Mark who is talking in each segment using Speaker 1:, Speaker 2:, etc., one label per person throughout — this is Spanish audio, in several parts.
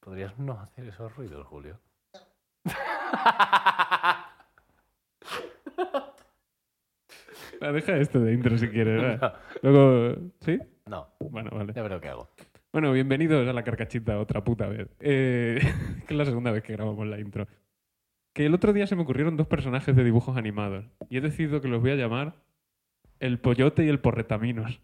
Speaker 1: ¿Podrías no hacer esos ruidos, Julio?
Speaker 2: No, Ah, deja esto de intro si quieres.
Speaker 1: Eh.
Speaker 2: ¿verdad? Luego, ¿sí?
Speaker 1: No,
Speaker 2: Bueno, vale.
Speaker 1: ya veré lo que hago.
Speaker 2: Bueno, bienvenidos a la carcachita otra puta vez. Eh, que es la segunda vez que grabamos la intro. Que el otro día se me ocurrieron dos personajes de dibujos animados y he decidido que los voy a llamar el pollote y el porretaminos.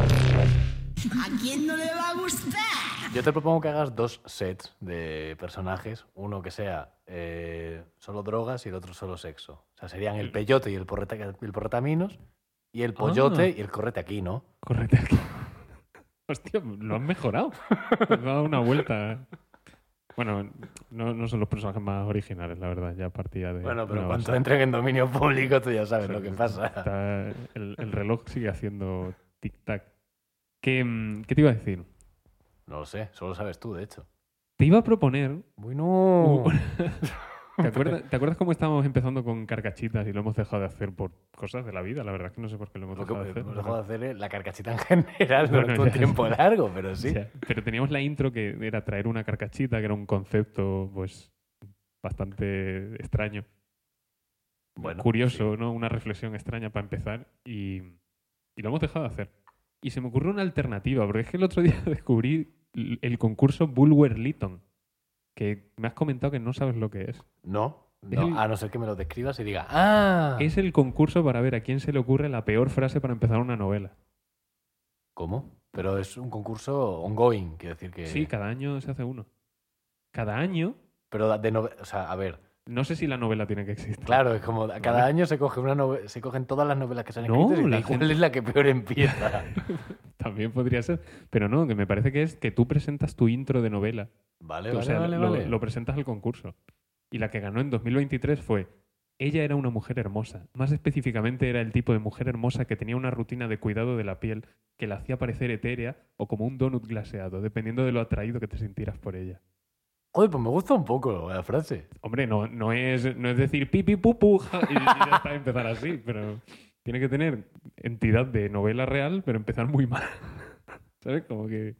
Speaker 3: ¿A quién no le va a gustar?
Speaker 1: Yo te propongo que hagas dos sets de personajes, uno que sea eh, solo drogas y el otro solo sexo. O sea, serían el peyote y el, porreta, el porretaminos y el pollote
Speaker 2: Ah.
Speaker 1: y el correte aquí, ¿no?
Speaker 2: Correte aquí. Hostia, lo han mejorado. Le han dado una vuelta. Bueno, no, no son los personajes más originales, la verdad, ya partía de.
Speaker 1: Bueno, pero
Speaker 2: una
Speaker 1: cuando
Speaker 2: base.
Speaker 1: entren en dominio público tú ya sabes
Speaker 2: Sí,
Speaker 1: lo que
Speaker 2: sí,
Speaker 1: pasa.
Speaker 2: está- el, el reloj sigue haciendo tic-tac. ¿Qué, mm, ¿Qué te iba a decir?
Speaker 1: No lo sé, solo lo sabes tú, de hecho. Uh,
Speaker 2: Te iba a proponer.
Speaker 1: Bueno.
Speaker 2: ¿Te acuerdas, ¿Te acuerdas cómo estábamos empezando con carcachitas y lo hemos dejado de hacer por cosas de la vida? La verdad es que no sé por qué lo hemos
Speaker 1: Lo que
Speaker 2: dejado de
Speaker 1: hemos
Speaker 2: hacer.
Speaker 1: dejado de hacer es la carcachita en general
Speaker 2: Bueno,
Speaker 1: durante
Speaker 2: ya,
Speaker 1: un
Speaker 2: ya.
Speaker 1: tiempo largo, pero sí.
Speaker 2: O sea, pero teníamos la intro que era traer una carcachita, que era un concepto pues bastante extraño.
Speaker 1: Bueno,
Speaker 2: curioso, ¿no? Una reflexión extraña para empezar y, y lo hemos dejado de hacer. Y se me ocurrió una alternativa, porque es que el otro día descubrí l- el concurso Bulwer Lytton, que me has comentado que no sabes lo que es.
Speaker 1: No,
Speaker 2: Es el-
Speaker 1: no, a no ser que me lo describas y diga, ¡ah!
Speaker 2: Es el concurso para ver a quién se le ocurre la peor frase para empezar una novela.
Speaker 1: ¿Cómo? Pero es un concurso ongoing, quiero decir que...
Speaker 2: Sí, cada año se hace uno. Cada año,
Speaker 1: Pero de nove- O sea, a ver,
Speaker 2: no sé si la novela tiene que existir.
Speaker 1: claro, es como cada
Speaker 2: Vale.
Speaker 1: año se coge una nove- se cogen todas las novelas que se han
Speaker 2: No,
Speaker 1: escrito y
Speaker 2: la
Speaker 1: dicen,
Speaker 2: gente-
Speaker 1: cuál es la que peor empieza.
Speaker 2: También podría ser. Pero no, que me parece que es que tú presentas tu intro de novela.
Speaker 1: vale,
Speaker 2: O
Speaker 1: vale,
Speaker 2: sea,
Speaker 1: vale,
Speaker 2: lo,
Speaker 1: vale.
Speaker 2: lo presentas al concurso. Y la que ganó en 2023 fue Ella era una mujer hermosa. Más específicamente era el tipo de mujer hermosa que tenía una rutina de cuidado de la piel que la hacía parecer etérea o como un donut glaseado, dependiendo de lo atraído que te sintieras por ella.
Speaker 1: Joder, pues me gusta un poco la frase.
Speaker 2: Hombre, no, no, es, no es decir pipi pupu ja", y, y ya está empezar así, pero tiene que tener entidad de novela real, pero empezar muy mal. ¿Sabes? Como que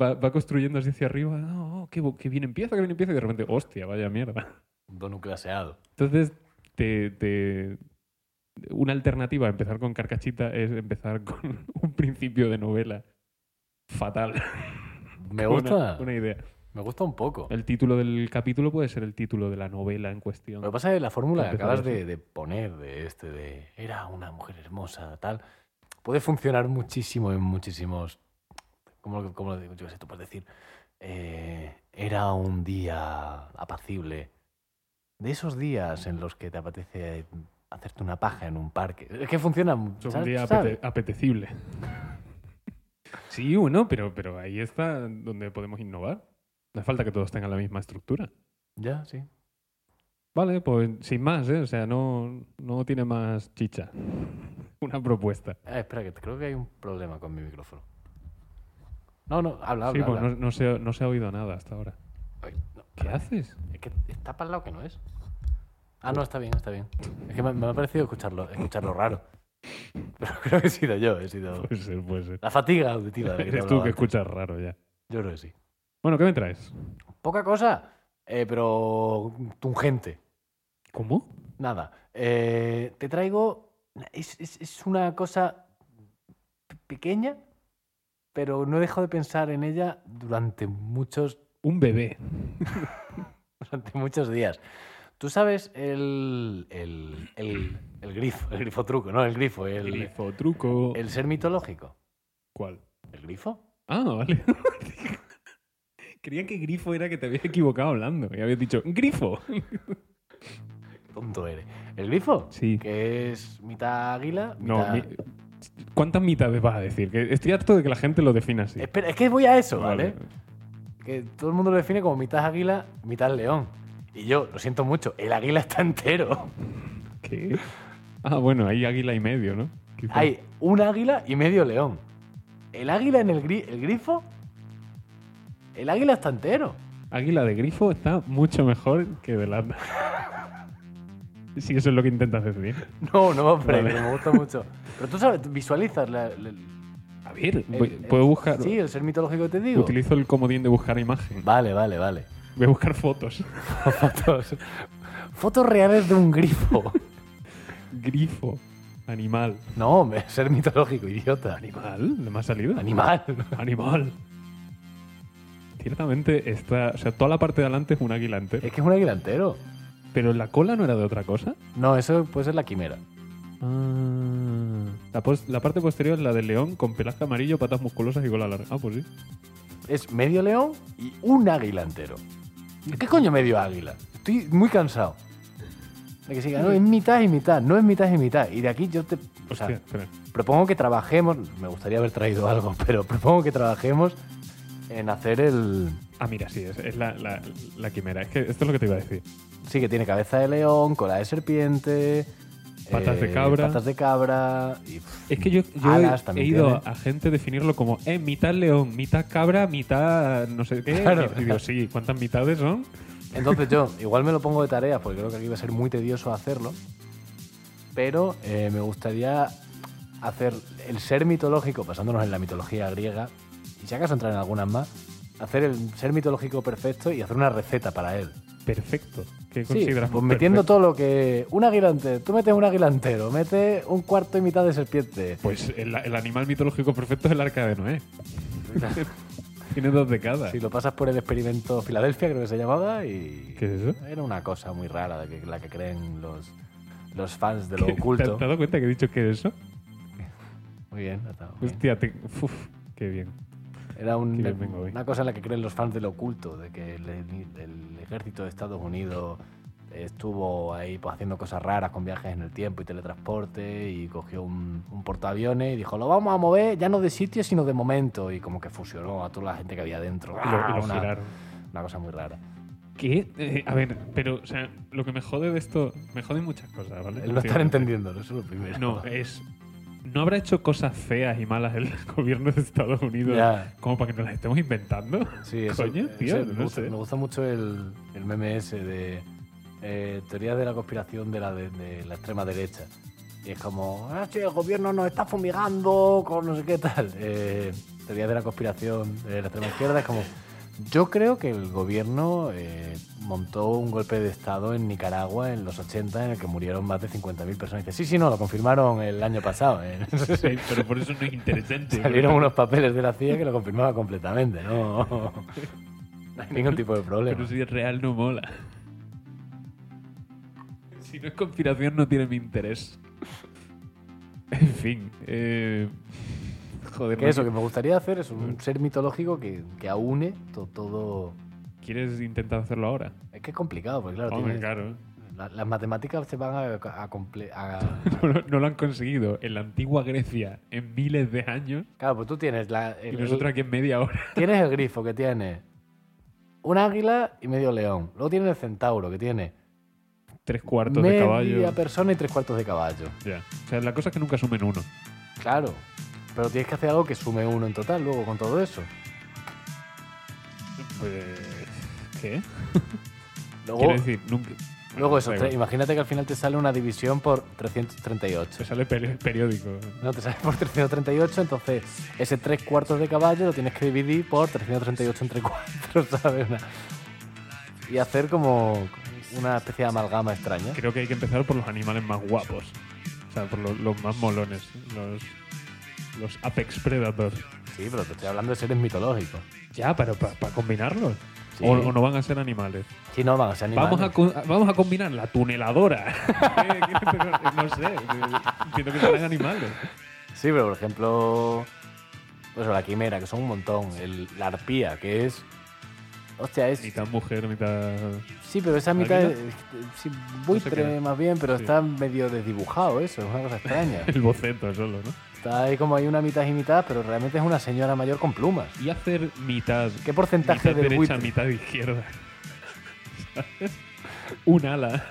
Speaker 2: va, va construyendo así hacia arriba, no, oh, qué, bo- qué bien empieza, qué bien empieza, y de repente, hostia, vaya mierda.
Speaker 1: Un donut claseado.
Speaker 2: Entonces, te, te- una alternativa a empezar con carcachita es empezar con un principio de novela fatal.
Speaker 1: Me
Speaker 2: Una-
Speaker 1: gusta,
Speaker 2: una idea.
Speaker 1: me gusta un poco.
Speaker 2: El título del capítulo puede ser el título de la novela en cuestión.
Speaker 1: Lo que pasa es que la fórmula que
Speaker 2: Empezar
Speaker 1: acabas
Speaker 2: así.
Speaker 1: de, de poner de este de era una mujer hermosa, tal, puede funcionar muchísimo en muchísimos. ¿Cómo, lo- cómo lo digo? Yo qué sé, tú puedes decir. eh, era un día apacible. De esos días en los que te apetece hacerte una paja en un parque. Es que funciona.
Speaker 2: Es un
Speaker 1: ¿sabes?
Speaker 2: día
Speaker 1: ¿sabes?
Speaker 2: apete- apetecible. Sí, bueno, pero, pero ahí está donde podemos innovar. No hace falta que todos tengan la misma estructura.
Speaker 1: Ya, sí.
Speaker 2: Vale, pues sin más, ¿eh? O sea, no, no tiene más chicha. Una propuesta.
Speaker 1: Ah, espera, que creo que hay un problema con mi micrófono. No, no, habla, habla.
Speaker 2: sí, pues
Speaker 1: habla.
Speaker 2: no, no se, ha- no se ha oído nada hasta ahora.
Speaker 1: Ay, no,
Speaker 2: ¿Qué haces?
Speaker 1: Es que está para el lado que no es. Ah, no, está bien, está bien. Es que me, me ha parecido escucharlo, escucharlo raro. Pero creo que he sido yo, he sido.
Speaker 2: Puede ser, puede ser.
Speaker 1: La fatiga auditiva de la que te
Speaker 2: Eres tú
Speaker 1: hablaba
Speaker 2: que
Speaker 1: antes.
Speaker 2: escuchas raro ya.
Speaker 1: Yo creo que sí.
Speaker 2: Bueno, ¿qué me traes?
Speaker 1: Poca cosa, eh, pero tungente.
Speaker 2: ¿Cómo?
Speaker 1: Nada. Eh, te traigo. Es, es- es una cosa pe- pequeña, pero no he dejado de pensar en ella durante muchos
Speaker 2: Un bebé.
Speaker 1: durante muchos días. Tú sabes el, el, el, el grifo, el grifo truco, ¿no? El grifo, el,
Speaker 2: Grifo, truco.
Speaker 1: el ser mitológico.
Speaker 2: ¿Cuál?
Speaker 1: ¿El grifo?
Speaker 2: Ah, vale. Creía que grifo era que te habías equivocado hablando y habías dicho grifo.
Speaker 1: Qué Tonto eres. ¿El grifo?
Speaker 2: Sí.
Speaker 1: Que es mitad águila,
Speaker 2: No,
Speaker 1: mitad-
Speaker 2: mi- ¿cuántas mitades vas a decir? Que estoy harto de que la gente lo defina así.
Speaker 1: Espera, es que voy a eso, ¿vale? Que todo el mundo lo define como mitad águila, mitad león. Y yo, lo siento mucho, el águila está entero.
Speaker 2: ¿Qué? Ah, bueno, hay águila y medio, ¿no? Quizá.
Speaker 1: Hay un águila y medio león. El águila en el, gri- el grifo. El águila está entero.
Speaker 2: Águila de grifo está mucho mejor que de lata. Si eso es lo que intentas decir.
Speaker 1: No, no, hombre,
Speaker 2: Vale.
Speaker 1: que me gusta mucho. Pero tú sabes, tú visualizas la- la- el-
Speaker 2: A ver,
Speaker 1: el-
Speaker 2: puedo buscar.
Speaker 1: Sí, el ser mitológico que te digo.
Speaker 2: Utilizo el comodín de buscar imagen.
Speaker 1: Vale, vale, vale.
Speaker 2: Voy a buscar fotos.
Speaker 1: Fotos. Fotos reales de un grifo.
Speaker 2: Grifo. Animal.
Speaker 1: No, hombre, ser mitológico, idiota.
Speaker 2: Animal. No me ha salido.
Speaker 1: Animal.
Speaker 2: Animal. Ciertamente está. O sea, toda la parte de adelante es un águila entero.
Speaker 1: Es que es un águila entero.
Speaker 2: Eh, Pero la cola no era de otra cosa.
Speaker 1: No, eso puede ser la quimera.
Speaker 2: Ah. La, pos- la parte posterior es la del león con pelaje amarillo, patas musculosas y cola larga. Ah, pues sí.
Speaker 1: Es medio león y un águila entero. ¿Qué coño medio águila? Estoy muy cansado. De que siga, no, es mitad y mitad, no es mitad y mitad. Y de aquí yo te. O sea,
Speaker 2: Hostia, espera.
Speaker 1: propongo que trabajemos. Me gustaría haber traído algo, pero propongo que trabajemos en hacer el.
Speaker 2: Ah, mira, sí, es, es la, la- la quimera. Es que esto es lo que te iba a decir.
Speaker 1: Sí, que tiene cabeza de león, cola de serpiente. eh,
Speaker 2: Patas de cabra.
Speaker 1: Patas de cabra. y, pff,
Speaker 2: Es que yo, yo
Speaker 1: alas
Speaker 2: he
Speaker 1: también
Speaker 2: ido
Speaker 1: tiene.
Speaker 2: a gente definirlo como eh, mitad león, mitad cabra, mitad no sé qué.
Speaker 1: Claro.
Speaker 2: Y digo, sí, ¿cuántas mitades son?
Speaker 1: Entonces yo, igual me lo pongo de tarea, porque creo que aquí va a ser muy tedioso hacerlo. Pero eh, me gustaría hacer el ser mitológico, basándonos en la mitología griega, y si acaso entrar en algunas más, hacer el ser mitológico perfecto y hacer una receta para él.
Speaker 2: Perfecto. ¿Qué
Speaker 1: Sí,
Speaker 2: consideras?
Speaker 1: pues metiendo
Speaker 2: perfecto?
Speaker 1: todo lo que... Un aguilante, tú metes un aguilantero, mete un cuarto y mitad de serpiente.
Speaker 2: Pues el, el animal mitológico perfecto es el arca de Noé. Tiene dos de cada.
Speaker 1: Si lo pasas por el experimento Filadelfia, creo que se llamaba, y...
Speaker 2: ¿Qué es eso?
Speaker 1: Era una cosa muy rara de que, la que creen los, los fans de lo
Speaker 2: ¿Qué? ¿Te,
Speaker 1: oculto.
Speaker 2: has dado cuenta que he dicho que es eso?
Speaker 1: Muy bien, ha estado bien.
Speaker 2: Hostia, te- uf, qué bien.
Speaker 1: Era un-
Speaker 2: Qué bien vengo hoy.
Speaker 1: una cosa en la que creen los fans del oculto, de que el, el ejército de Estados Unidos estuvo ahí pues, haciendo cosas raras con viajes en el tiempo y teletransporte y cogió un, un portaaviones y dijo, lo vamos a mover ya no de sitio, sino de momento. Y como que fusionó a toda la gente que había dentro. Ah,
Speaker 2: Y lo, y lo
Speaker 1: una,
Speaker 2: giraron.
Speaker 1: una cosa muy rara.
Speaker 2: ¿Qué? Eh, a ver, pero, o sea, lo que me jode de esto, me joden muchas cosas, ¿vale?
Speaker 1: El no estar
Speaker 2: Últimamente.
Speaker 1: entendiéndolo, eso es lo primero.
Speaker 2: No, eh, es. ¿No habrá hecho cosas feas y malas el gobierno de Estados Unidos
Speaker 1: Ya.
Speaker 2: como para que nos las estemos inventando?
Speaker 1: Sí, eso-
Speaker 2: Coño,
Speaker 1: eso
Speaker 2: tío,
Speaker 1: me,
Speaker 2: no
Speaker 1: gusta,
Speaker 2: sé.
Speaker 1: me gusta mucho el, el meme ese de eh, teorías de la conspiración de la, de, de la extrema derecha. Y es como, ah, sí, el gobierno nos está fumigando con no sé qué tal. Eh, teorías de la conspiración de la extrema izquierda es como, yo creo que el gobierno eh, montó un golpe de Estado en Nicaragua en los 80 en el que murieron más de 50.000 personas. Y dice, sí, sí, no, lo confirmaron el año pasado. eh".
Speaker 2: Sí, pero por eso no es interesante.
Speaker 1: Salieron unos papeles de la CIA que lo confirmaba completamente, no, no hay ningún tipo de
Speaker 2: Pero
Speaker 1: problema.
Speaker 2: si es real, no mola. Si no es conspiración, no tiene mi interés. En fin. Eh... Joder,
Speaker 1: Que
Speaker 2: no
Speaker 1: eso,
Speaker 2: sé.
Speaker 1: que me gustaría hacer es un
Speaker 2: Mm.
Speaker 1: ser mitológico que, que aúne to- todo...
Speaker 2: ¿Quieres intentar hacerlo ahora?
Speaker 1: Es que es complicado, porque claro,
Speaker 2: Hombre,
Speaker 1: tienes-
Speaker 2: claro.
Speaker 1: la- las matemáticas se van a... a comple- a-
Speaker 2: No, lo- no lo han conseguido en la antigua Grecia en miles de años
Speaker 1: Claro, pues tú tienes la...
Speaker 2: y
Speaker 1: el-
Speaker 2: nosotros aquí en media hora.
Speaker 1: Tienes el grifo que tiene un águila y medio león. Luego tienes el centauro que tiene
Speaker 2: Tres cuartos de
Speaker 1: media
Speaker 2: caballo.
Speaker 1: persona y tres cuartos de caballo.
Speaker 2: Ya. O sea, la cosa es que nunca sumen uno.
Speaker 1: Claro, pero tienes que hacer algo que sume uno en total luego con todo eso.
Speaker 2: Pues. ¿Qué?
Speaker 1: Luego,
Speaker 2: Quiero decir, nunca.
Speaker 1: Luego esos
Speaker 2: da
Speaker 1: tres,
Speaker 2: igual.
Speaker 1: imagínate que al final te sale una división por 338.
Speaker 2: Te sale peri- periódico.
Speaker 1: No, te sale por 338, entonces ese tres cuartos de caballo lo tienes que dividir por 338 entre 4, ¿sabes? Una- Y hacer como una especie de amalgama extraña.
Speaker 2: Creo que hay que empezar por los animales más guapos. O sea, por los, los más molones. Los, los Apex Predators.
Speaker 1: Sí, pero te estoy hablando de seres mitológicos.
Speaker 2: Ya, pero para combinarlos.
Speaker 1: Sí.
Speaker 2: O, o no van a ser animales.
Speaker 1: Sí, no, van a ser animales.
Speaker 2: Vamos a, co- vamos a combinar la tuneladora. Eh, pero, eh, no sé. eh, Entiendo que serán animales.
Speaker 1: Sí, pero por ejemplo, pues la quimera, que son un montón. El, la arpía, que es... Hostia, es...
Speaker 2: Mitad mujer, mitad.
Speaker 1: Sí, pero esa mitad
Speaker 2: ¿Águila?
Speaker 1: es, sí, buitre
Speaker 2: qué es.
Speaker 1: más bien, pero
Speaker 2: Sí.
Speaker 1: está medio desdibujado eso, es una cosa extraña.
Speaker 2: El boceto solo, ¿no?
Speaker 1: está ahí como hay una mitad y mitad, pero realmente es una señora mayor con plumas.
Speaker 2: Y hacer mitad
Speaker 1: ¿Qué porcentaje
Speaker 2: mitad
Speaker 1: del
Speaker 2: derecha,
Speaker 1: buitre?
Speaker 2: mitad izquierda. ¿Sabes? Un ala.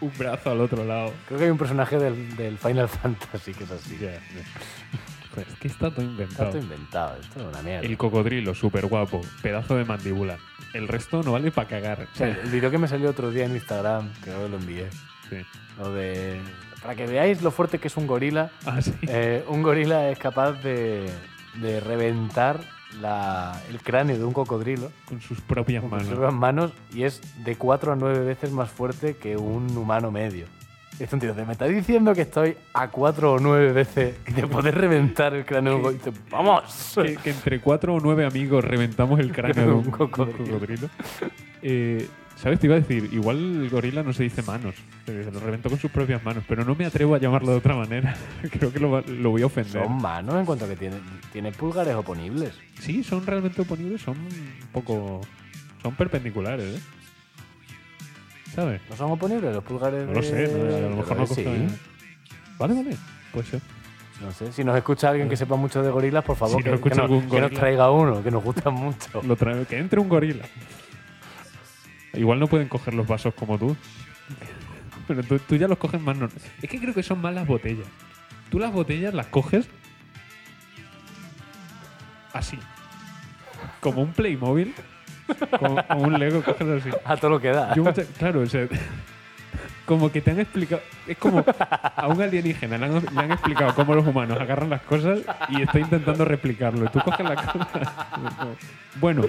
Speaker 2: un brazo al otro lado.
Speaker 1: Creo que hay un personaje del, del Final Fantasy que es así.
Speaker 2: Ya, ya. Joder, es que está todo
Speaker 1: Está
Speaker 2: inventado.
Speaker 1: todo inventado, esto es una mierda.
Speaker 2: El cocodrilo, súper guapo. Pedazo de mandíbula. El resto no vale para cagar.
Speaker 1: O sea, el video que me salió otro día en Instagram, creo que lo envié,
Speaker 2: Sí.
Speaker 1: lo de... Para que veáis lo fuerte que es un gorila,
Speaker 2: Ah, sí.
Speaker 1: eh, un gorila es capaz de, de reventar la- el cráneo de un cocodrilo
Speaker 2: Con sus propias
Speaker 1: con
Speaker 2: manos.
Speaker 1: sus propias manos y es de 4 a 9 veces más fuerte que un humano medio. Es un tío, de, me está diciendo que estoy a 4 o 9 veces de poder reventar el cráneo. de un gorila". Y dice, ¡Vamos!
Speaker 2: que, que entre cuatro o nueve amigos reventamos el cráneo de un,
Speaker 1: cocodrilo.
Speaker 2: cocodrilo. Eh, ¿Sabes? Te iba a decir, igual el gorila no se dice manos, se lo reventó con sus propias manos, pero no me atrevo a llamarlo de otra manera. Creo que lo, va- lo voy a ofender.
Speaker 1: Son manos en cuanto que tiene, tiene pulgares oponibles.
Speaker 2: Sí, son realmente oponibles, son un poco. son perpendiculares, ¿eh? ¿Sabes?
Speaker 1: ¿No son oponibles los pulgares?
Speaker 2: No lo sé,
Speaker 1: de-
Speaker 2: no- a lo
Speaker 1: Yo
Speaker 2: mejor
Speaker 1: creo
Speaker 2: no
Speaker 1: que
Speaker 2: coge.
Speaker 1: sí.
Speaker 2: Vale, vale, puede ser.
Speaker 1: No sé, si nos escucha alguien que sepa mucho de gorilas, por favor,
Speaker 2: Si
Speaker 1: que,
Speaker 2: nos
Speaker 1: que
Speaker 2: escucha
Speaker 1: nos,
Speaker 2: algún
Speaker 1: que
Speaker 2: gorila.
Speaker 1: nos traiga uno, que nos gusta mucho.
Speaker 2: Lo tra- que entre un gorila. Igual no pueden coger los vasos como tú. Pero tú, tú ya los coges más normal. Es que creo que son más las botellas. Tú las botellas las coges así. Como un Playmobil. Como, como un Lego, coges así.
Speaker 1: A todo lo que da.
Speaker 2: Yo mucha- claro, o sea, como que te han explicado. Es como a un alienígena le han, le han explicado cómo los humanos agarran las cosas y está intentando replicarlo. Tú coges la cosa. Bueno,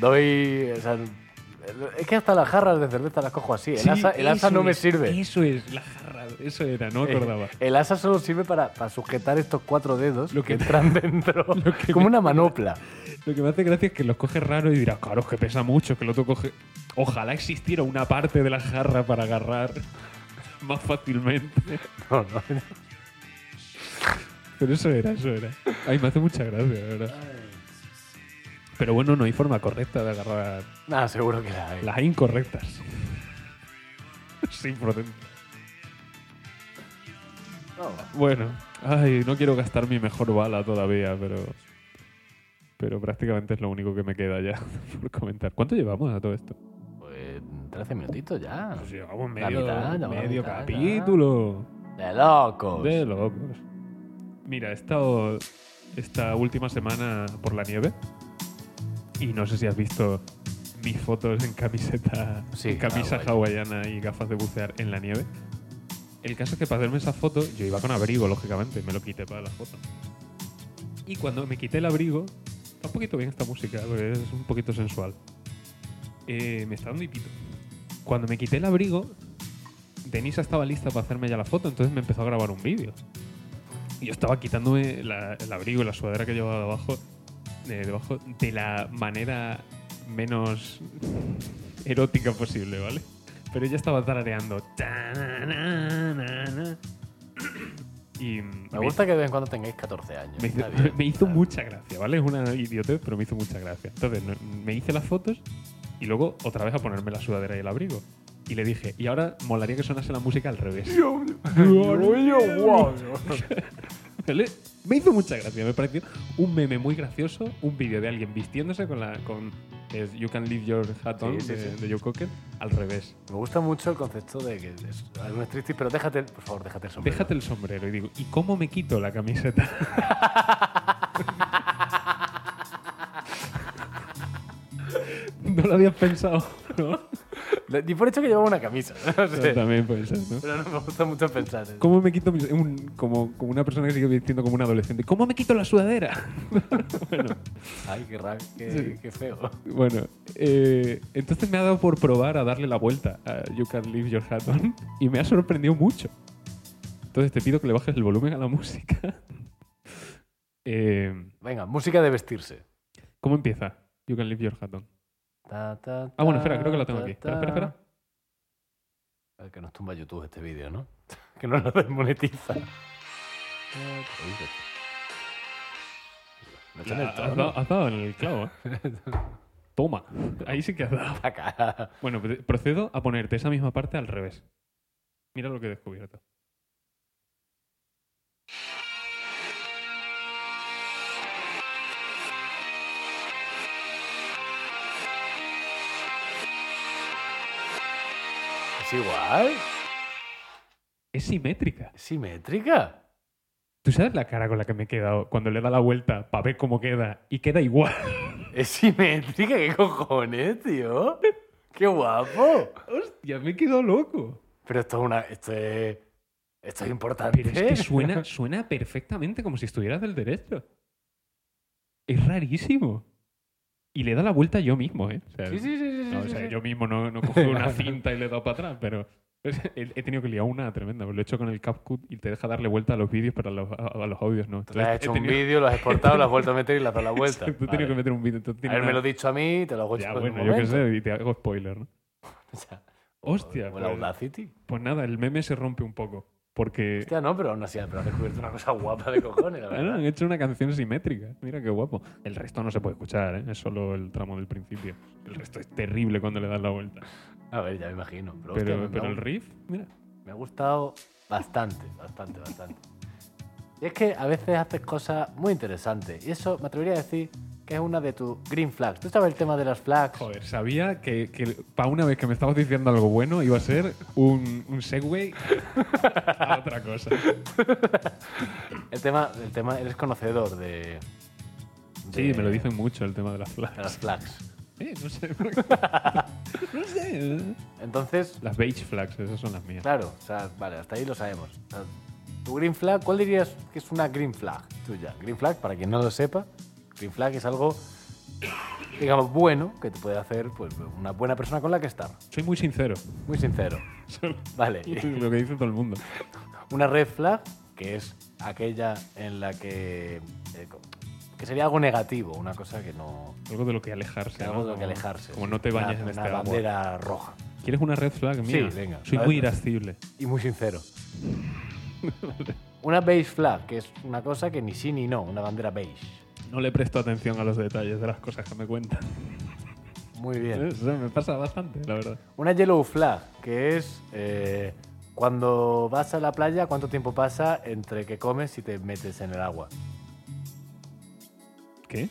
Speaker 1: Doy. o sea, es que hasta las jarras de cerveza las cojo así. El
Speaker 2: Sí,
Speaker 1: asa, el asa
Speaker 2: eso
Speaker 1: no me
Speaker 2: es,
Speaker 1: sirve.
Speaker 2: Eso es, la jarra. Eso era, no me acordaba.
Speaker 1: El asa solo sirve para, para sujetar estos cuatro dedos
Speaker 2: Lo
Speaker 1: lo
Speaker 2: que
Speaker 1: que, entran dentro. como una manopla.
Speaker 2: Lo que me hace gracia es que los coges raro y dirás, claro, es que pesa mucho, que el otro coge. Ojalá existiera una parte de la jarra para agarrar más fácilmente.
Speaker 1: No, no.
Speaker 2: Pero eso era, eso era. Ay, me hace mucha gracia, la verdad. Pero bueno, no hay forma correcta de agarrar
Speaker 1: Nada, Ah, seguro que la hay.
Speaker 2: las incorrectas. Es imprudente.
Speaker 1: No.
Speaker 2: Bueno, ay, no quiero gastar mi mejor bala todavía, pero. Pero prácticamente es lo único que me queda ya por comentar. ¿Cuánto llevamos a todo esto?
Speaker 1: Pues 13 minutitos ya.
Speaker 2: llevamos
Speaker 1: medio- medio
Speaker 2: capítulo.
Speaker 1: capítulo. De locos.
Speaker 2: De locos. Mira, he estado esta última semana por la nieve y no sé si has visto mis fotos en camiseta,
Speaker 1: Sí,
Speaker 2: en camisa
Speaker 1: ah, guay.
Speaker 2: hawaiana y gafas de bucear en la nieve. El caso es que para hacerme esa foto, yo iba con abrigo, lógicamente, me lo quité para la foto. Y cuando me quité el abrigo, está un poquito bien esta música, porque es un poquito sensual. Eh, me está dando hipito. Cuando me quité el abrigo, Denisa estaba lista para hacerme ya la foto, entonces me empezó a grabar un vídeo. Y yo estaba quitándome la- el abrigo y la sudadera que llevaba debajo, eh, debajo de la manera menos erótica posible, ¿vale? Pero ella estaba tarareando. "Ta-na-na-na-na". Y
Speaker 1: Me gusta que de vez en cuando tengáis 14 años.
Speaker 2: me hizo,
Speaker 1: Está bien,
Speaker 2: me hizo
Speaker 1: está
Speaker 2: mucha gracia, ¿vale? Es una idiotez, pero me hizo mucha gracia. Entonces no- me hice las fotos y luego otra vez a ponerme la sudadera y el abrigo. Y le dije, y ahora molaría que sonase la música al revés. ¿Vale? Me hizo mucha gracia, me pareció un meme muy gracioso, un vídeo de alguien vistiéndose con la con es You Can Leave Your Hat On
Speaker 1: Sí, sí,
Speaker 2: de,
Speaker 1: sí.
Speaker 2: de Joe Cocker al revés.
Speaker 1: Me gusta mucho el concepto de que es algo es triste, pero déjate, por favor, déjate el sombrero.
Speaker 2: Déjate el sombrero y digo, ¿y cómo me quito la camiseta? no lo habías pensado, ¿no?
Speaker 1: Le- Y por hecho que llevaba una camisa. No sé.
Speaker 2: Eso También puede ser, ¿no?
Speaker 1: Pero no me gusta mucho pensar. en-
Speaker 2: ¿Cómo me quito mis- un- como, como una persona que sigue vistiendo como un adolescente? ¿Cómo me quito la sudadera? bueno,
Speaker 1: Ay, qué, ra- qué,
Speaker 2: Sí.
Speaker 1: qué feo.
Speaker 2: bueno eh, entonces me ha dado por probar a darle la vuelta a You Can Leave Your Hat On y me ha sorprendido mucho. Entonces te pido que le bajes el volumen a la música. Eh,
Speaker 1: Venga, música de vestirse.
Speaker 2: ¿Cómo empieza? You Can Leave Your Hat On.
Speaker 1: Ta, ta,
Speaker 2: Ah,
Speaker 1: ta,
Speaker 2: bueno, espera, creo que la tengo
Speaker 1: ta,
Speaker 2: aquí. Espera,
Speaker 1: ta.
Speaker 2: espera, espera.
Speaker 1: Ah, Que nos tumba YouTube este vídeo, ¿no? que no nos desmonetiza. Oye, que- Me
Speaker 2: La-
Speaker 1: tiene el
Speaker 2: has,
Speaker 1: tono.
Speaker 2: dado, has dado en el clavo. ¿eh? Toma. Ahí sí que has dado.
Speaker 1: La cara.
Speaker 2: Bueno, pre- procedo a ponerte esa misma parte al revés. Mira lo que he descubierto.
Speaker 1: Es igual.
Speaker 2: Es simétrica.
Speaker 1: Es simétrica.
Speaker 2: ¿Tú sabes la cara con la que me he quedado cuando le da la vuelta para ver cómo queda y queda igual?
Speaker 1: Es simétrica, qué cojones, tío. Qué guapo.
Speaker 2: Hostia, me he quedado loco.
Speaker 1: Pero esto es una. Esto es. Esto es importante.
Speaker 2: Pero es que suena, suena perfectamente como si estuvieras del derecho. Es rarísimo. Y le da la vuelta yo mismo, ¿eh? O sea,
Speaker 1: Sí, sí, sí, sí,
Speaker 2: no, o
Speaker 1: sí,
Speaker 2: sea,
Speaker 1: sí.
Speaker 2: yo mismo no, no cojo una cinta y le he dado para atrás, pero he, he tenido que liar una tremenda. porque Lo he hecho con el CapCut y te deja darle vuelta a los vídeos, pero a los, a- a los audios no.
Speaker 1: Tú le has
Speaker 2: Entonces,
Speaker 1: hecho
Speaker 2: he
Speaker 1: un
Speaker 2: tenido-
Speaker 1: vídeo, lo has exportado, lo has vuelto a meter y le has dado la vuelta.
Speaker 2: Exacto, he tenido que
Speaker 1: Vale.
Speaker 2: meter un vídeo. entonces tiene
Speaker 1: Haberme
Speaker 2: una-
Speaker 1: lo dicho a mí, te lo hago
Speaker 2: Ya,
Speaker 1: hecho en
Speaker 2: bueno,
Speaker 1: un
Speaker 2: yo qué
Speaker 1: momento.
Speaker 2: sé, y te hago spoiler, ¿no?
Speaker 1: O sea,
Speaker 2: Hostia,
Speaker 1: o el
Speaker 2: pues,
Speaker 1: Audacity.
Speaker 2: pues nada, el meme se rompe un poco. Porque
Speaker 1: Hostia, no, pero aún así, pero has descubierto una cosa guapa de cojones, la
Speaker 2: Claro,
Speaker 1: verdad.
Speaker 2: han hecho una canción simétrica. Mira qué guapo. El resto no se puede escuchar, ¿eh? es solo el tramo del principio. El resto es terrible cuando le das la vuelta.
Speaker 1: A ver, ya me imagino. Pero, hostia, me-
Speaker 2: Pero,
Speaker 1: me
Speaker 2: pero
Speaker 1: ha
Speaker 2: el riff, mira.
Speaker 1: Me ha gustado bastante, bastante, bastante. Y es que a veces haces cosas muy interesantes. Y eso me atrevería a decir que es una de tus green flags. ¿Tú sabes el tema de las flags?
Speaker 2: Joder, sabía que, para una vez que me estabas diciendo algo bueno iba a ser un, un segue a otra cosa.
Speaker 1: El tema, el tema, eres conocedor de.
Speaker 2: Sí,
Speaker 1: de- Ah.
Speaker 2: me lo dicen mucho el tema de las
Speaker 1: de las
Speaker 2: flags.
Speaker 1: flags.
Speaker 2: Eh, no sé. por qué. no sé.
Speaker 1: Entonces,
Speaker 2: Las beige flags, esas son las mías.
Speaker 1: claro, o sea, vale, hasta ahí lo sabemos. O sea, tu green flag, ¿cuál dirías que es una green flag tuya? Green flag, para quien no lo sepa, green flag es algo, digamos, bueno que te puede hacer pues, una buena persona con la que estar.
Speaker 2: Soy muy sincero.
Speaker 1: Muy sincero.
Speaker 2: Solo-
Speaker 1: Vale.
Speaker 2: Lo que dice todo el mundo.
Speaker 1: Una red flag, que es aquella en la que. eh, co- que sería algo negativo, una cosa que no.
Speaker 2: Algo de lo que alejarse.
Speaker 1: que algo
Speaker 2: ¿no?
Speaker 1: de lo que
Speaker 2: Como-
Speaker 1: alejarse.
Speaker 2: Como
Speaker 1: sí. pues
Speaker 2: no te
Speaker 1: Una-
Speaker 2: bañes en
Speaker 1: una,
Speaker 2: este agua.
Speaker 1: bandera roja.
Speaker 2: ¿Quieres una red flag mía?
Speaker 1: Sí, venga.
Speaker 2: Soy
Speaker 1: Vale.
Speaker 2: muy irascible.
Speaker 1: Y muy sincero. Una beige flag, que es una cosa que ni sí ni no, una bandera beige.
Speaker 2: No le presto atención a los detalles de las cosas que me cuentan.
Speaker 1: Muy bien.
Speaker 2: Eso me pasa bastante, la verdad.
Speaker 1: Eh. Una yellow flag, que es. eh, cuando vas a la playa, ¿cuánto tiempo pasa entre que comes y te metes en el agua?
Speaker 2: ¿Qué?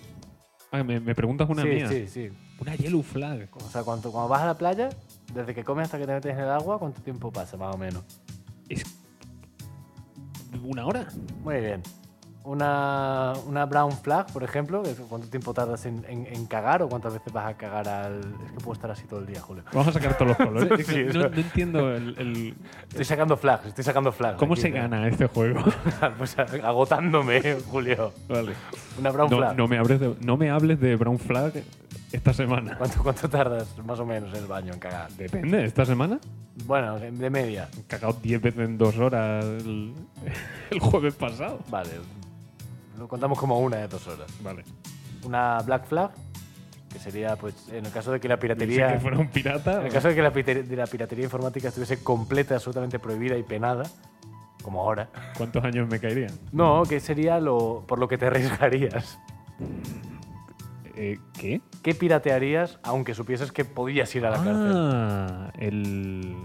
Speaker 2: Ah, me, me preguntas una
Speaker 1: sí,
Speaker 2: mía.
Speaker 1: sí, sí.
Speaker 2: Una yellow flag.
Speaker 1: O sea, cuando, cuando vas a la playa, desde que comes hasta que te metes en el agua, ¿cuánto tiempo pasa más o menos?
Speaker 2: ¿Es una hora?
Speaker 1: Muy bien. Una, una brown flag, por ejemplo, que es cuánto tiempo tardas en, en- en cagar o cuántas veces vas a cagar al... Es que puedo estar así todo el día, Julio.
Speaker 2: Vamos a sacar todos los colores.
Speaker 1: Sí, sí,
Speaker 2: no,
Speaker 1: eso.
Speaker 2: no entiendo el, el-
Speaker 1: Estoy sacando flags, estoy sacando flags.
Speaker 2: cómo
Speaker 1: aquí,
Speaker 2: se
Speaker 1: ¿no?
Speaker 2: gana este juego.
Speaker 1: pues agotándome, Julio.
Speaker 2: vale.
Speaker 1: Una brown
Speaker 2: No,
Speaker 1: flag.
Speaker 2: no me hables de, no me hables de brown flag esta semana.
Speaker 1: ¿Cuánto, ¿Cuánto tardas más o menos en el baño en cagar?
Speaker 2: Depende, esta semana.
Speaker 1: Bueno, de de media.
Speaker 2: He cagado 10 veces en dos horas el- el jueves pasado.
Speaker 1: Vale. Lo contamos como una de dos horas.
Speaker 2: Vale.
Speaker 1: Una black flag, que sería, pues, en el caso de que la
Speaker 2: Pensé
Speaker 1: piratería...
Speaker 2: que fuera un pirata.
Speaker 1: En el caso de que la, piter- de la piratería informática estuviese completa, absolutamente prohibida y penada, como ahora,
Speaker 2: ¿Cuántos años me caerían?
Speaker 1: no, que sería lo por lo que te arriesgarías.
Speaker 2: Eh, ¿Qué?
Speaker 1: ¿Qué piratearías aunque supieses que podías ir a la cárcel?
Speaker 2: Ah, el,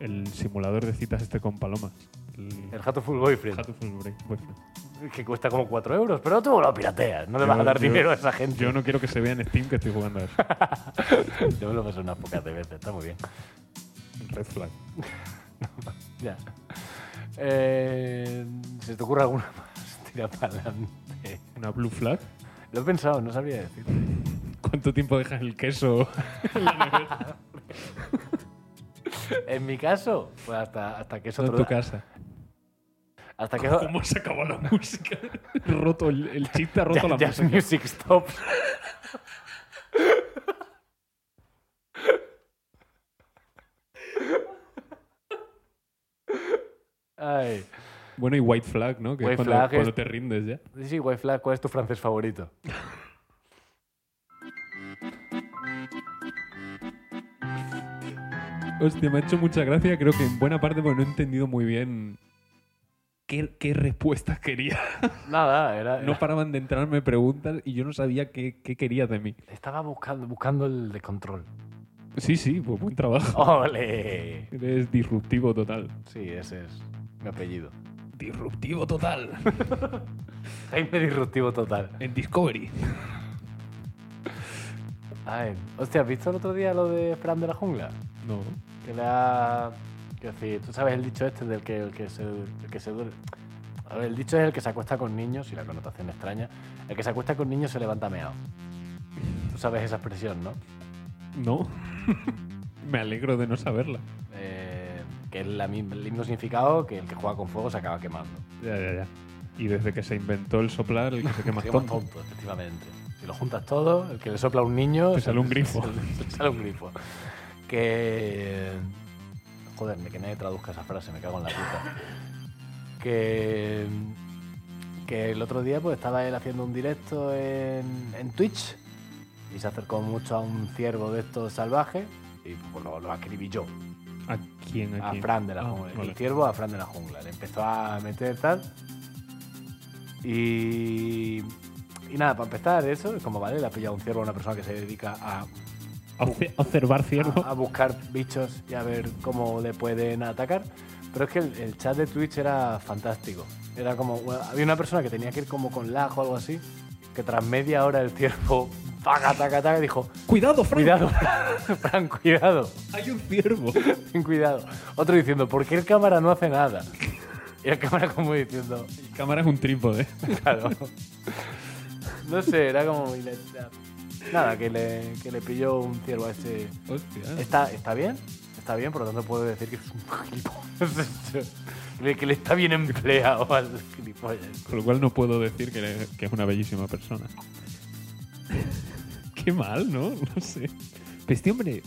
Speaker 2: el simulador de citas este con palomas. El,
Speaker 1: El Hatoful Boyfriend,
Speaker 2: Hatoful Break- Boyfriend.
Speaker 1: que cuesta como 4 euros, pero tú lo pirateas, no le vas
Speaker 2: Yo-
Speaker 1: a dar
Speaker 2: yo-
Speaker 1: dinero a esa gente.
Speaker 2: Yo no quiero que se vea en Steam que estoy jugando a eso.
Speaker 1: Yo me lo paso unas pocas de veces, está muy bien.
Speaker 2: Red flag.
Speaker 1: Ya. Eh, ¿Se te ocurre alguna más? Tira para adelante.
Speaker 2: ¿Una blue flag?
Speaker 1: Lo he pensado, no sabría decir.
Speaker 2: ¿Cuánto tiempo dejas el queso?
Speaker 1: En mi caso, pues hasta, hasta que es
Speaker 2: en
Speaker 1: otro
Speaker 2: tu casa?
Speaker 1: Hasta que
Speaker 2: ¿Cómo se acabó la música? roto el, el chiste ha roto
Speaker 1: Ya-
Speaker 2: la
Speaker 1: Jazz
Speaker 2: música.
Speaker 1: Music Stop. Ay.
Speaker 2: Bueno, y white flag, ¿no? Que
Speaker 1: White
Speaker 2: es cuando,
Speaker 1: flag es-
Speaker 2: cuando te rindes ya.
Speaker 1: Sí, sí, White Flag, ¿cuál es tu francés favorito?
Speaker 2: Hostia, me ha hecho mucha gracia, creo que en buena parte porque no he entendido muy bien qué, qué respuestas quería.
Speaker 1: Nada, era.
Speaker 2: No
Speaker 1: era-
Speaker 2: paraban de entrarme preguntas y yo no sabía qué, qué quería de mí.
Speaker 1: Estaba buscando, buscando el descontrol.
Speaker 2: Sí, sí, pues buen trabajo.
Speaker 1: ¡Ole!
Speaker 2: Eres disruptivo total.
Speaker 1: Sí, ese es mi apellido.
Speaker 2: Disruptivo total.
Speaker 1: Jaime Disruptivo Total.
Speaker 2: en Discovery.
Speaker 1: Ay, hostia, ¿has visto el otro día lo de Fran de la Jungla?
Speaker 2: No.
Speaker 1: que le ha... Quiero decir, tú sabes el dicho este del que, el que se, el que se duerme... A ver, el dicho es el que se acuesta con niños, y la connotación extraña, el que se acuesta con niños se levanta meado. Tú sabes esa expresión, ¿no?
Speaker 2: No. Me alegro de no saberla.
Speaker 1: Eh, que es la mi- el mismo significado que el que juega con fuego se acaba quemando.
Speaker 2: Ya, ya, ya. Y desde que se inventó el soplar, el que se quema es
Speaker 1: Se llama
Speaker 2: tonto.
Speaker 1: tonto, efectivamente. Si lo juntas todo, el que le sopla a un niño...
Speaker 2: Te
Speaker 1: se-
Speaker 2: sale un grifo.
Speaker 1: se- se sale un grifo. Que... Joder, que nadie traduzca esa frase, me cago en la puta. Que... Que el otro día pues estaba él haciendo un directo en, en Twitch y se acercó mucho a un ciervo de estos salvajes y pues, lo, lo acribilló.
Speaker 2: ¿A quién? ¿A
Speaker 1: A
Speaker 2: quién?
Speaker 1: Fran de la
Speaker 2: Ah,
Speaker 1: jungla.
Speaker 2: vale.
Speaker 1: El ciervo a Fran de la jungla. Le empezó a meter tal. Y. Y nada, para empezar, eso es como, vale, le ha pillado un ciervo a una persona que se dedica a,
Speaker 2: Obce- Observar ciervo.
Speaker 1: a, a buscar bichos y a ver cómo le pueden atacar. Pero es que el, el chat de Twitch era fantástico. Era como, bueno, había una persona que tenía que ir como con lag o algo así, que tras media hora el ciervo, taca, taca, taca, dijo,
Speaker 2: ah. ¡Cuidado, Fran!
Speaker 1: cuidado, Fran, Fran, cuidado.
Speaker 2: ¡Hay un ciervo!
Speaker 1: Ten cuidado. Otro diciendo, ¿por qué el cámara no hace nada? Y la cámara como diciendo,
Speaker 2: Mi cámara es un trípode.
Speaker 1: claro. No sé, era como... y le- Nada, que le, que le pilló un ciervo a este...
Speaker 2: Hostia.
Speaker 1: ¿Está, ¿Está bien? Está bien, por lo tanto puedo decir que es un gilipollas. Le- que le está bien empleado al gilipollas.
Speaker 2: Con lo cual no puedo decir que, le- que es una bellísima persona. Qué mal, ¿no? No sé. Pero este hombre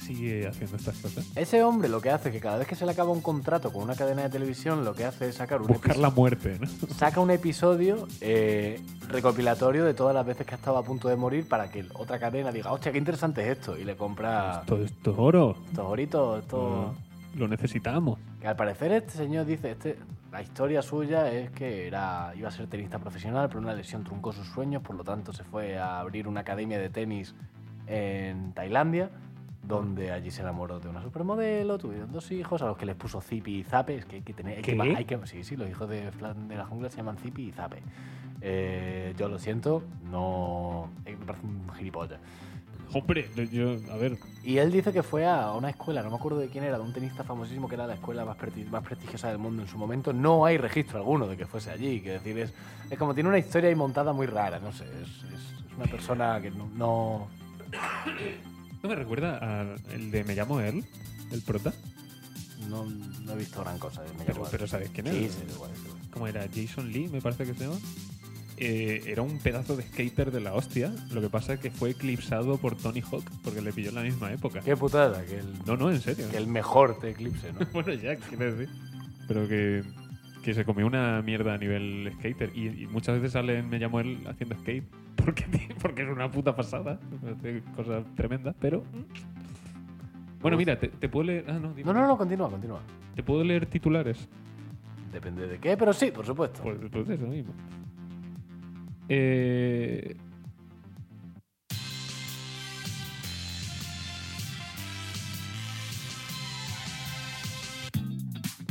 Speaker 2: sigue haciendo estas cosas.
Speaker 1: Ese hombre lo que hace es que cada vez que se le acaba un contrato con una cadena de televisión, lo que hace es sacar un
Speaker 2: Buscar la muerte, ¿no?
Speaker 1: saca un episodio eh, recopilatorio de todas las veces que ha estado a punto de morir para que otra cadena diga, hostia, qué interesante es esto. Y le compra
Speaker 2: Todo esto Mm. es oro.
Speaker 1: estos oritos, estos...
Speaker 2: Lo necesitamos.
Speaker 1: Que al parecer este señor dice, este, la historia suya es que era, iba a ser tenista profesional, pero una lesión truncó sus sueños, por lo tanto se fue a abrir una academia de tenis en Tailandia, donde allí se enamoró de una supermodelo, tuvieron dos hijos, a los que les puso Zipi y Zape, es que hay que tener... hay que
Speaker 2: ¿Qué?
Speaker 1: ma- hay que- sí, sí, los hijos de, Flan de la jungla se llaman Zipi y Zape. Eh, yo lo siento, no... eh, Me parece un gilipollas.
Speaker 2: Hombre, yo, a ver,
Speaker 1: Y él dice que fue a una escuela, no me acuerdo de quién era, de un tenista famosísimo que era la escuela más, preti- más prestigiosa del mundo en su momento. No hay registro alguno de que fuese allí. Que decir, es, es como tiene una historia ahí montada muy rara, no sé. Es, es- es una persona que no. no-
Speaker 2: ¿no me recuerda al de Me llamo él? El prota.
Speaker 1: no, no he visto gran cosa. Me
Speaker 2: Pero,
Speaker 1: llamo-
Speaker 2: pero ¿sabes quién es?
Speaker 1: sí, sí, da igual, da igual.
Speaker 2: ¿Cómo era? Jason Lee, me parece que se llama. Eh, era un pedazo de skater de la hostia. Lo que pasa es que fue eclipsado por Tony Hawk porque le pilló en la misma época.
Speaker 1: Qué putada, que el,
Speaker 2: No, no, en serio.
Speaker 1: que el mejor te eclipse, ¿no?
Speaker 2: Bueno, ya, quiero decir. Pero que, que se comió una mierda a nivel skater. Y, y muchas veces sale en Me llamo él haciendo skate. Porque, tío, porque es una puta pasada. Hace Cosas tremendas, pero. mm. Bueno, mira, te, te puedo leer. Ah, no, dime.
Speaker 1: No, no, no, continúa, continúa.
Speaker 2: Te puedo leer titulares.
Speaker 1: Depende de qué, pero sí, por supuesto.
Speaker 2: Pues, pues eso mismo. Eh,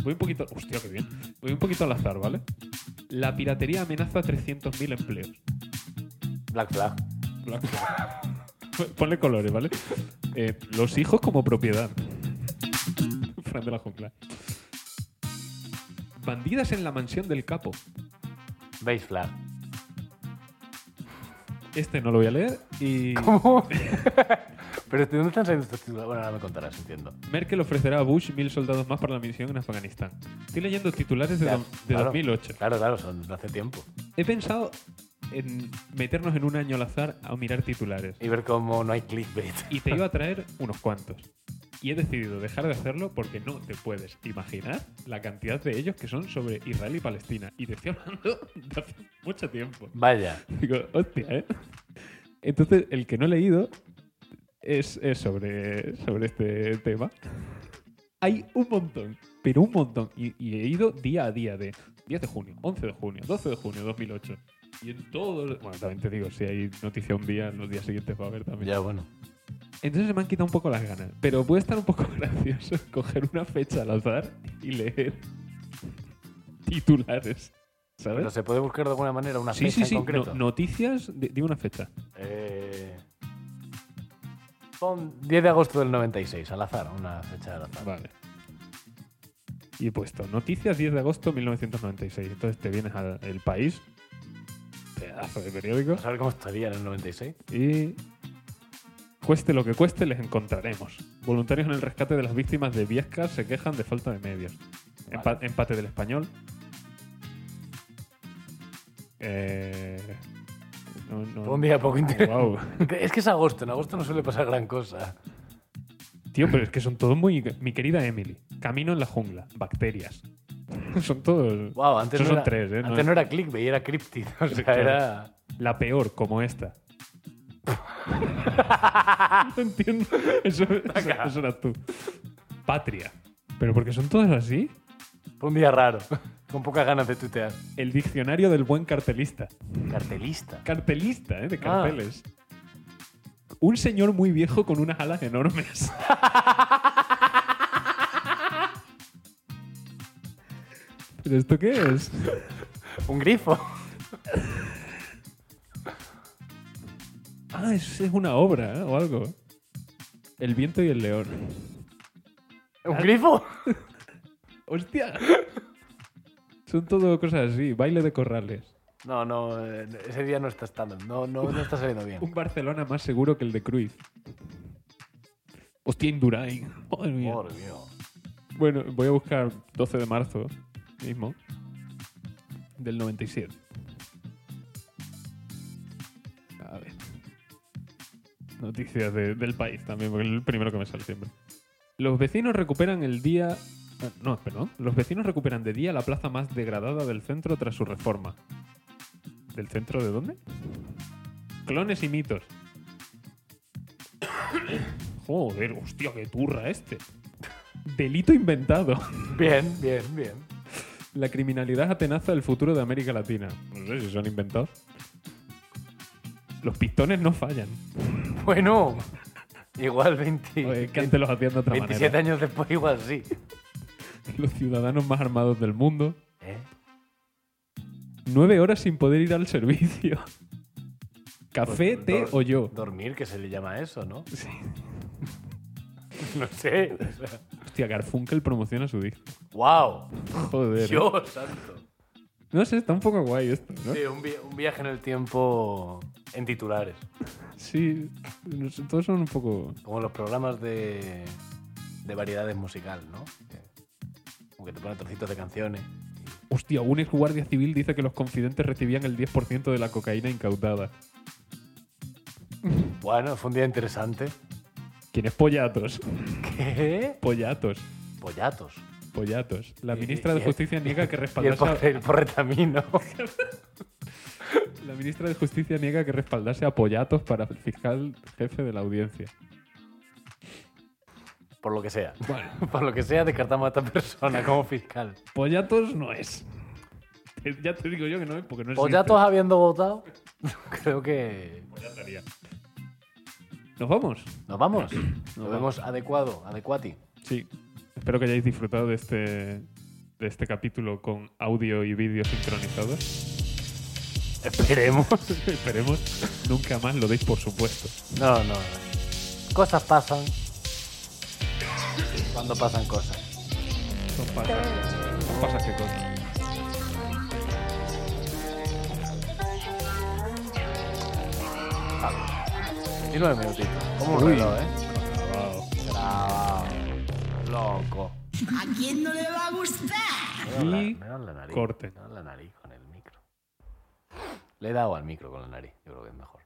Speaker 2: Voy un poquito. Hostia, qué bien. Voy un poquito al azar, ¿vale? La piratería amenaza 300.000 empleos.
Speaker 1: Black Flag.
Speaker 2: Blanco. Ponle colores, ¿vale? Eh, los hijos como propiedad. Fran de la jungla. Bandidas en la mansión del capo.
Speaker 1: Base Flag.
Speaker 2: Este no lo voy a leer. Y
Speaker 1: ¿Cómo? pero ¿de dónde están saliendo estos titulares? Bueno, ahora me contarás, entiendo.
Speaker 2: Merkel ofrecerá a Bush mil soldados más para la misión en Afganistán. Estoy leyendo titulares de,
Speaker 1: Ya,
Speaker 2: do- de
Speaker 1: claro.
Speaker 2: 2008.
Speaker 1: Claro, claro, son de hace tiempo.
Speaker 2: He pensado en meternos en un año al azar a mirar titulares.
Speaker 1: Y ver cómo no hay clickbait.
Speaker 2: Y te iba a traer unos cuantos. Y he decidido dejar de hacerlo porque no te puedes imaginar la cantidad de ellos que son sobre Israel y Palestina. Y te estoy hablando de hace mucho tiempo.
Speaker 1: Vaya.
Speaker 2: Digo, hostia, ¿eh? Entonces, el que no he leído es, es sobre, sobre este tema. Hay un montón, pero un montón. Y, y he ido día a día de 10 de junio, 11 de junio, 12 de junio, 2008. Y en todo... Bueno, también te digo, si hay noticia un día, los días siguientes va a haber también.
Speaker 1: Ya, bueno.
Speaker 2: Entonces se me han quitado un poco las ganas. Pero puede estar un poco gracioso coger una fecha al azar y leer titulares. ¿Sabes?
Speaker 1: Pero se puede buscar de alguna manera una
Speaker 2: ¿Eh? Sí,
Speaker 1: fecha
Speaker 2: sí, sí.
Speaker 1: en concreto.
Speaker 2: No- noticias, di- dime una fecha.
Speaker 1: Eh, Pon 10 de agosto del 96, al azar, una fecha al azar.
Speaker 2: Vale. Y he puesto noticias 10 de agosto de 1996. Entonces te vienes al El País, pedazo de periódico,
Speaker 1: Vamos a ver cómo estaría en el 96.
Speaker 2: y cueste lo que cueste, les encontraremos. Voluntarios en el rescate de las víctimas de Viesca se quejan de falta de medios. Empa-
Speaker 1: Vale.
Speaker 2: empate del español. Eh, no, no-
Speaker 1: Fue un día poco interesante.
Speaker 2: Guau.
Speaker 1: Es que es agosto, en agosto no suele pasar gran cosa.
Speaker 2: Tío, pero es que son todos muy. Mi querida Emily. Camino en la jungla. Bacterias. son todos.
Speaker 1: Wow, antes, no
Speaker 2: Esos son
Speaker 1: era,
Speaker 2: tres, ¿eh? No
Speaker 1: antes
Speaker 2: es-
Speaker 1: no era clickbait, era cryptid. O sea,
Speaker 2: claro.
Speaker 1: era.
Speaker 2: La peor, como esta. no entiendo. Eso, eso, eso eras tú. Patria. Pero porque son todas así.
Speaker 1: Fue un día raro, con pocas ganas de tuitear.
Speaker 2: El diccionario del buen cartelista.
Speaker 1: Cartelista.
Speaker 2: Cartelista, ¿eh? De carteles. Un señor muy viejo con unas alas enormes. ¿Pero esto qué es?
Speaker 1: Un grifo.
Speaker 2: Ah, es, es una obra ¿eh? o algo. El viento y el león.
Speaker 1: ¿Un grifo?
Speaker 2: ¡Hostia! Son todo cosas así. Baile de corrales.
Speaker 1: No, no, eh, ese día no está estando. No, no, no está saliendo bien.
Speaker 2: Un Barcelona más seguro que el de Cruyff. Hostia, Indurain. Madre mía.
Speaker 1: Por Dios.
Speaker 2: Bueno, voy a buscar 12 de marzo mismo. Del 97. A ver. Noticias de- del país también, porque es el primero que me sale siempre. Los vecinos recuperan el día. ah, No, perdón. Los vecinos recuperan de día la plaza más degradada del centro tras su reforma. ¿Del centro de dónde? Clones y mitos. Joder, hostia, qué turra este. Delito inventado.
Speaker 1: Bien, bien, bien.
Speaker 2: La criminalidad atenaza el futuro de América Latina. No sé si son inventados. Los pistones no fallan.
Speaker 1: Bueno, igual 20
Speaker 2: Oye, que antes los hacían de otra
Speaker 1: 27
Speaker 2: manera.
Speaker 1: años después, igual sí.
Speaker 2: Los ciudadanos más armados del mundo.
Speaker 1: ¿Eh?
Speaker 2: Nueve horas sin poder ir al servicio. Café,
Speaker 1: Pues,
Speaker 2: té
Speaker 1: dor-
Speaker 2: o yo.
Speaker 1: Dormir, que se le llama eso, ¿no?
Speaker 2: Oh. Sí.
Speaker 1: No sé. o sea,
Speaker 2: Hostia, Garfunkel promociona su disco.
Speaker 1: ¡Wow!
Speaker 2: Joder.
Speaker 1: Dios santo.
Speaker 2: No sé, está un poco guay esto, ¿no?
Speaker 1: Sí, un, vi- un viaje en el tiempo en titulares.
Speaker 2: Sí. no sé, Todos son un poco.
Speaker 1: Como los programas de, de variedades musical, ¿no? Que- Como que te ponen trocitos de canciones.
Speaker 2: Hostia, un ex guardia civil dice que los confidentes recibían el 10% de la cocaína incautada.
Speaker 1: Bueno, fue un día interesante.
Speaker 2: ¿Quién es Pollatos?
Speaker 1: ¿Qué?
Speaker 2: Pollatos.
Speaker 1: Pollatos.
Speaker 2: Pollatos. La
Speaker 1: Y-
Speaker 2: ministra de
Speaker 1: y-
Speaker 2: Justicia niega que
Speaker 1: Y el,
Speaker 2: respaldase
Speaker 1: por,
Speaker 2: a,
Speaker 1: el porretamino.
Speaker 2: la ministra de Justicia niega que respaldase a Pollatos para el fiscal jefe de la audiencia.
Speaker 1: Por lo que sea.
Speaker 2: Bueno,
Speaker 1: Por lo que sea, descartamos a esta persona como fiscal.
Speaker 2: Pues Pollatos no es. Es- Ya te digo yo que no es porque no es.
Speaker 1: Pollatos habiendo votado, creo que
Speaker 2: Nos vamos.
Speaker 1: nos vamos. Lo
Speaker 2: vamos.
Speaker 1: vemos adecuado, adecuati.
Speaker 2: Sí. Espero que hayáis disfrutado de este, de este capítulo con audio y vídeo sincronizados.
Speaker 1: Esperemos.
Speaker 2: Esperemos nunca más lo deis por supuesto.
Speaker 1: No, no. Cosas pasan cuando pasan cosas.
Speaker 2: Son pasas. Son pasas que cosas.
Speaker 1: Y nueve minutitos. Como un
Speaker 2: Uy.
Speaker 1: reloj, ¿eh?
Speaker 2: Wow.
Speaker 1: Grabado. Loco.
Speaker 3: ¿A quién no le va a gustar?
Speaker 1: Me dan la-
Speaker 2: Y
Speaker 1: me dan la nariz.
Speaker 2: corte.
Speaker 1: Me dan la nariz con el micro. Le he dado al micro con la nariz. Yo creo que es mejor.